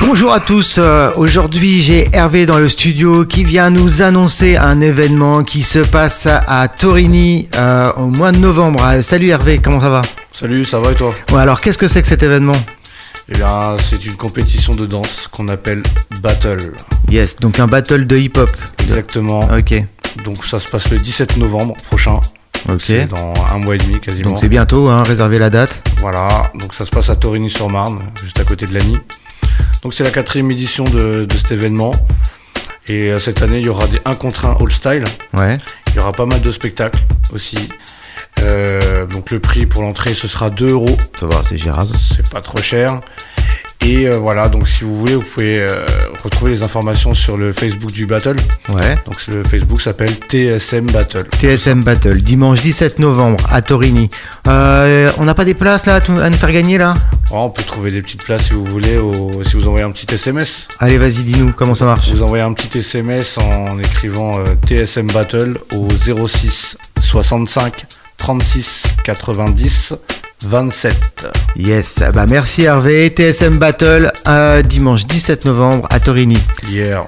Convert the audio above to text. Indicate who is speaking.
Speaker 1: Bonjour à tous, euh, aujourd'hui j'ai Hervé dans le studio qui vient nous annoncer un événement qui se passe à, à Torini euh, au mois de novembre. Euh, salut Hervé, comment ça va
Speaker 2: Salut, ça va et toi
Speaker 1: Ouais, alors qu'est-ce que c'est que cet événement
Speaker 2: Eh bien, c'est une compétition de danse qu'on appelle Battle.
Speaker 1: Yes, donc un battle de hip-hop.
Speaker 2: Exactement.
Speaker 1: Ok,
Speaker 2: Donc ça se passe le 17 novembre prochain.
Speaker 1: ok.
Speaker 2: C'est dans un mois et demi quasiment.
Speaker 1: Donc c'est bientôt, hein, réservez la date.
Speaker 2: Voilà, donc ça se passe à Torigny-sur-Marne, juste à côté de Lagny. Donc c'est la quatrième édition de, de cet événement. Et euh, cette année, il y aura des 1 contre 1 All Style.
Speaker 1: Ouais,
Speaker 2: Il y aura pas mal de spectacles aussi. Euh, donc le prix pour l'entrée, ce sera 2 euros.
Speaker 1: ça va, c'est gérable.
Speaker 2: c'est pas trop cher. Et euh, voilà, donc si vous voulez, vous pouvez euh, retrouver les informations sur le Facebook du Battle.
Speaker 1: Ouais.
Speaker 2: Donc c'est- le Facebook s'appelle TSM Battle.
Speaker 1: TSM Battle, dimanche 17 novembre à Torini. Euh, on n'a pas des places là à tout- à nous faire gagner là
Speaker 2: Oh, on peut trouver des petites places si vous voulez, au- si vous envoyez un petit SMS.
Speaker 1: Allez, vas-y, dis-nous comment ça marche.
Speaker 2: Vous envoyez un petit SMS en écrivant euh, TSM Battle au 06 65 36 90 27.
Speaker 1: Yes, bah merci Hervé. TSM Battle, euh, dimanche 17 novembre à Torini.
Speaker 2: Hier.